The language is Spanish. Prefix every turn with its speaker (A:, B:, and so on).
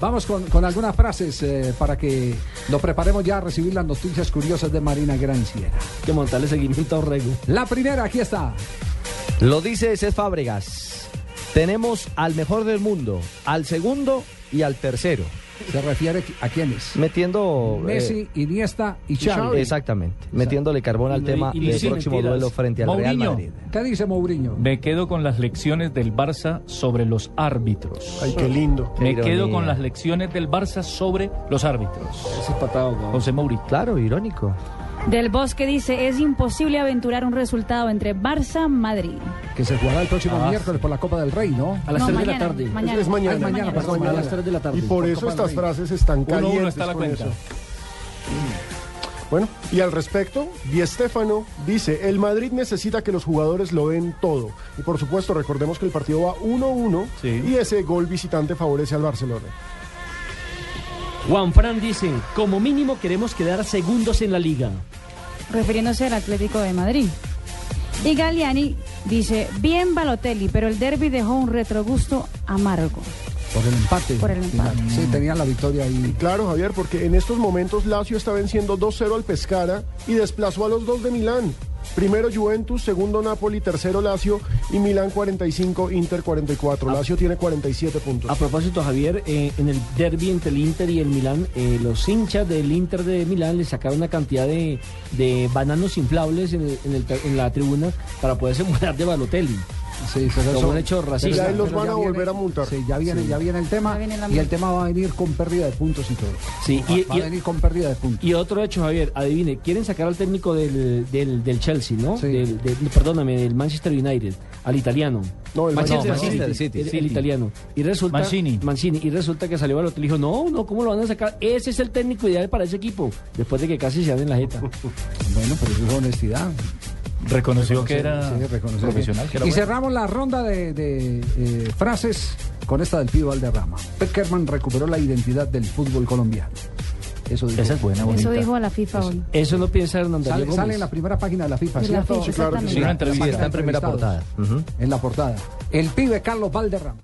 A: Vamos con, con algunas frases eh, para que nos preparemos ya a recibir las noticias curiosas de Marina Granciera.
B: Que montarle seguimiento a Orrego.
A: La primera, aquí está.
B: Lo dice Cés Fábregas. Tenemos al mejor del mundo, al segundo y al tercero.
A: Se refiere a quiénes.
B: Metiendo. eh,
A: Messi, Iniesta y Xavi.
B: Exactamente. Metiéndole carbón al
C: Y-
B: tema
C: y
B: del
C: sin
B: próximo
C: mentiras.
B: duelo frente al Real
C: Mourinho.
B: Madrid.
A: ¿Qué dice Mourinho?
C: Me quedo con las lecciones del Barça sobre los árbitros.
D: Ay, qué lindo.
C: Me
B: Ironía.
C: quedo con las lecciones del Barça sobre los árbitros.
D: Ese patado, ¿no?
C: José Mourinho.
B: Claro, irónico.
E: Del Bosque dice, es imposible aventurar un resultado entre Barça-Madrid.
A: Que se jugará el próximo miércoles por la Copa del Rey, ¿no?
E: A las No, 3 de la mañana, tarde. mañana.
D: Es mañana.
A: Ah, es mañana, perdón,
D: mañana.
A: a las 3 de la tarde.
D: Y por eso estas frases están
C: Uno a uno
D: calientes.
C: está la
D: con
C: cuenta.
D: eso. Bueno, y al respecto, Di Stéfano dice, el Madrid necesita que los jugadores lo den todo. Y por supuesto, recordemos que el partido va 1-1
C: Sí.
D: y ese gol visitante favorece al Barcelona.
F: Juan Fran dice, como mínimo queremos quedar segundos en la liga.
E: refiriéndose al Atlético de Madrid. Y Galliani dice, bien Balotelli, pero el derby dejó un retrogusto amargo.
A: Por el empate.
E: Por el empate.
A: Final. Sí, tenían la victoria ahí.
D: Claro, Javier, porque en estos momentos Lazio está venciendo 2-0 al Pescara y desplazó a los dos de Milán. Primero Juventus, segundo Napoli, tercero Lazio y Milán 45, Inter 44. Lazio tiene 47 puntos.
F: A propósito, Javier, eh, en el derby entre el Inter y el Milán, eh, los hinchas del Inter de Milán le sacaron una cantidad de, de bananos inflables en, el- en el- en la tribuna para poderse mudar de Balotelli.
A: Sí, pero
F: Como
A: eso-
F: un hecho
A: pero
F: racista.
D: Ya ahí los
A: pero
D: van a volver
A: viene-
D: a multar.
A: Sí, ya viene, ya viene el tema.
E: Ya viene la
A: y el
E: multa.
A: tema va a venir con pérdida de puntos y todo.
F: Sí,
A: Va-
F: y-
A: va
F: y-
A: a venir con pérdida de puntos.
F: Y otro hecho, Javier, adivine, quieren sacar al técnico del, del, del Chelsea, ¿no?
A: Sí.
F: Del, del- perdóname, del Manchester United, al italiano.
D: No, el
C: Manchester
B: City. City.
F: El, el
C: City.
F: italiano. Y resulta,
C: Mancini.
F: y resulta que salió Balotelli y dijo, no, no, ¿cómo lo van a sacar? Ese es el técnico ideal para ese equipo, después de que casi se dan en la jeta.
A: Bueno, pero eso es honestidad.
C: Reconoció que
A: Sí,
C: era
A: sí, reconocer que-
C: profesional. que era
A: y
C: bueno.
A: cerramos la ronda de, de, eh, frases con esta del Pío Valderrama. Peckerman recuperó la identidad del fútbol colombiano. Eso dijo.
C: Esa es buena, bonita.
E: Eso dijo la FIFA hoy.
F: Eso Ah, no piensa Hernán Darío
A: Sale,
F: Gómez.
A: sale en la primera página de la FIFA,
E: De la
A: ¿cierto?
E: FIFA, Sí,
D: claro que
C: sí. Una
A: La página
C: entrevista.
A: de
B: Está en primera
A: entrevistados.
B: portada. Ujú.
A: En la portada. El pibe Carlos Valderrama.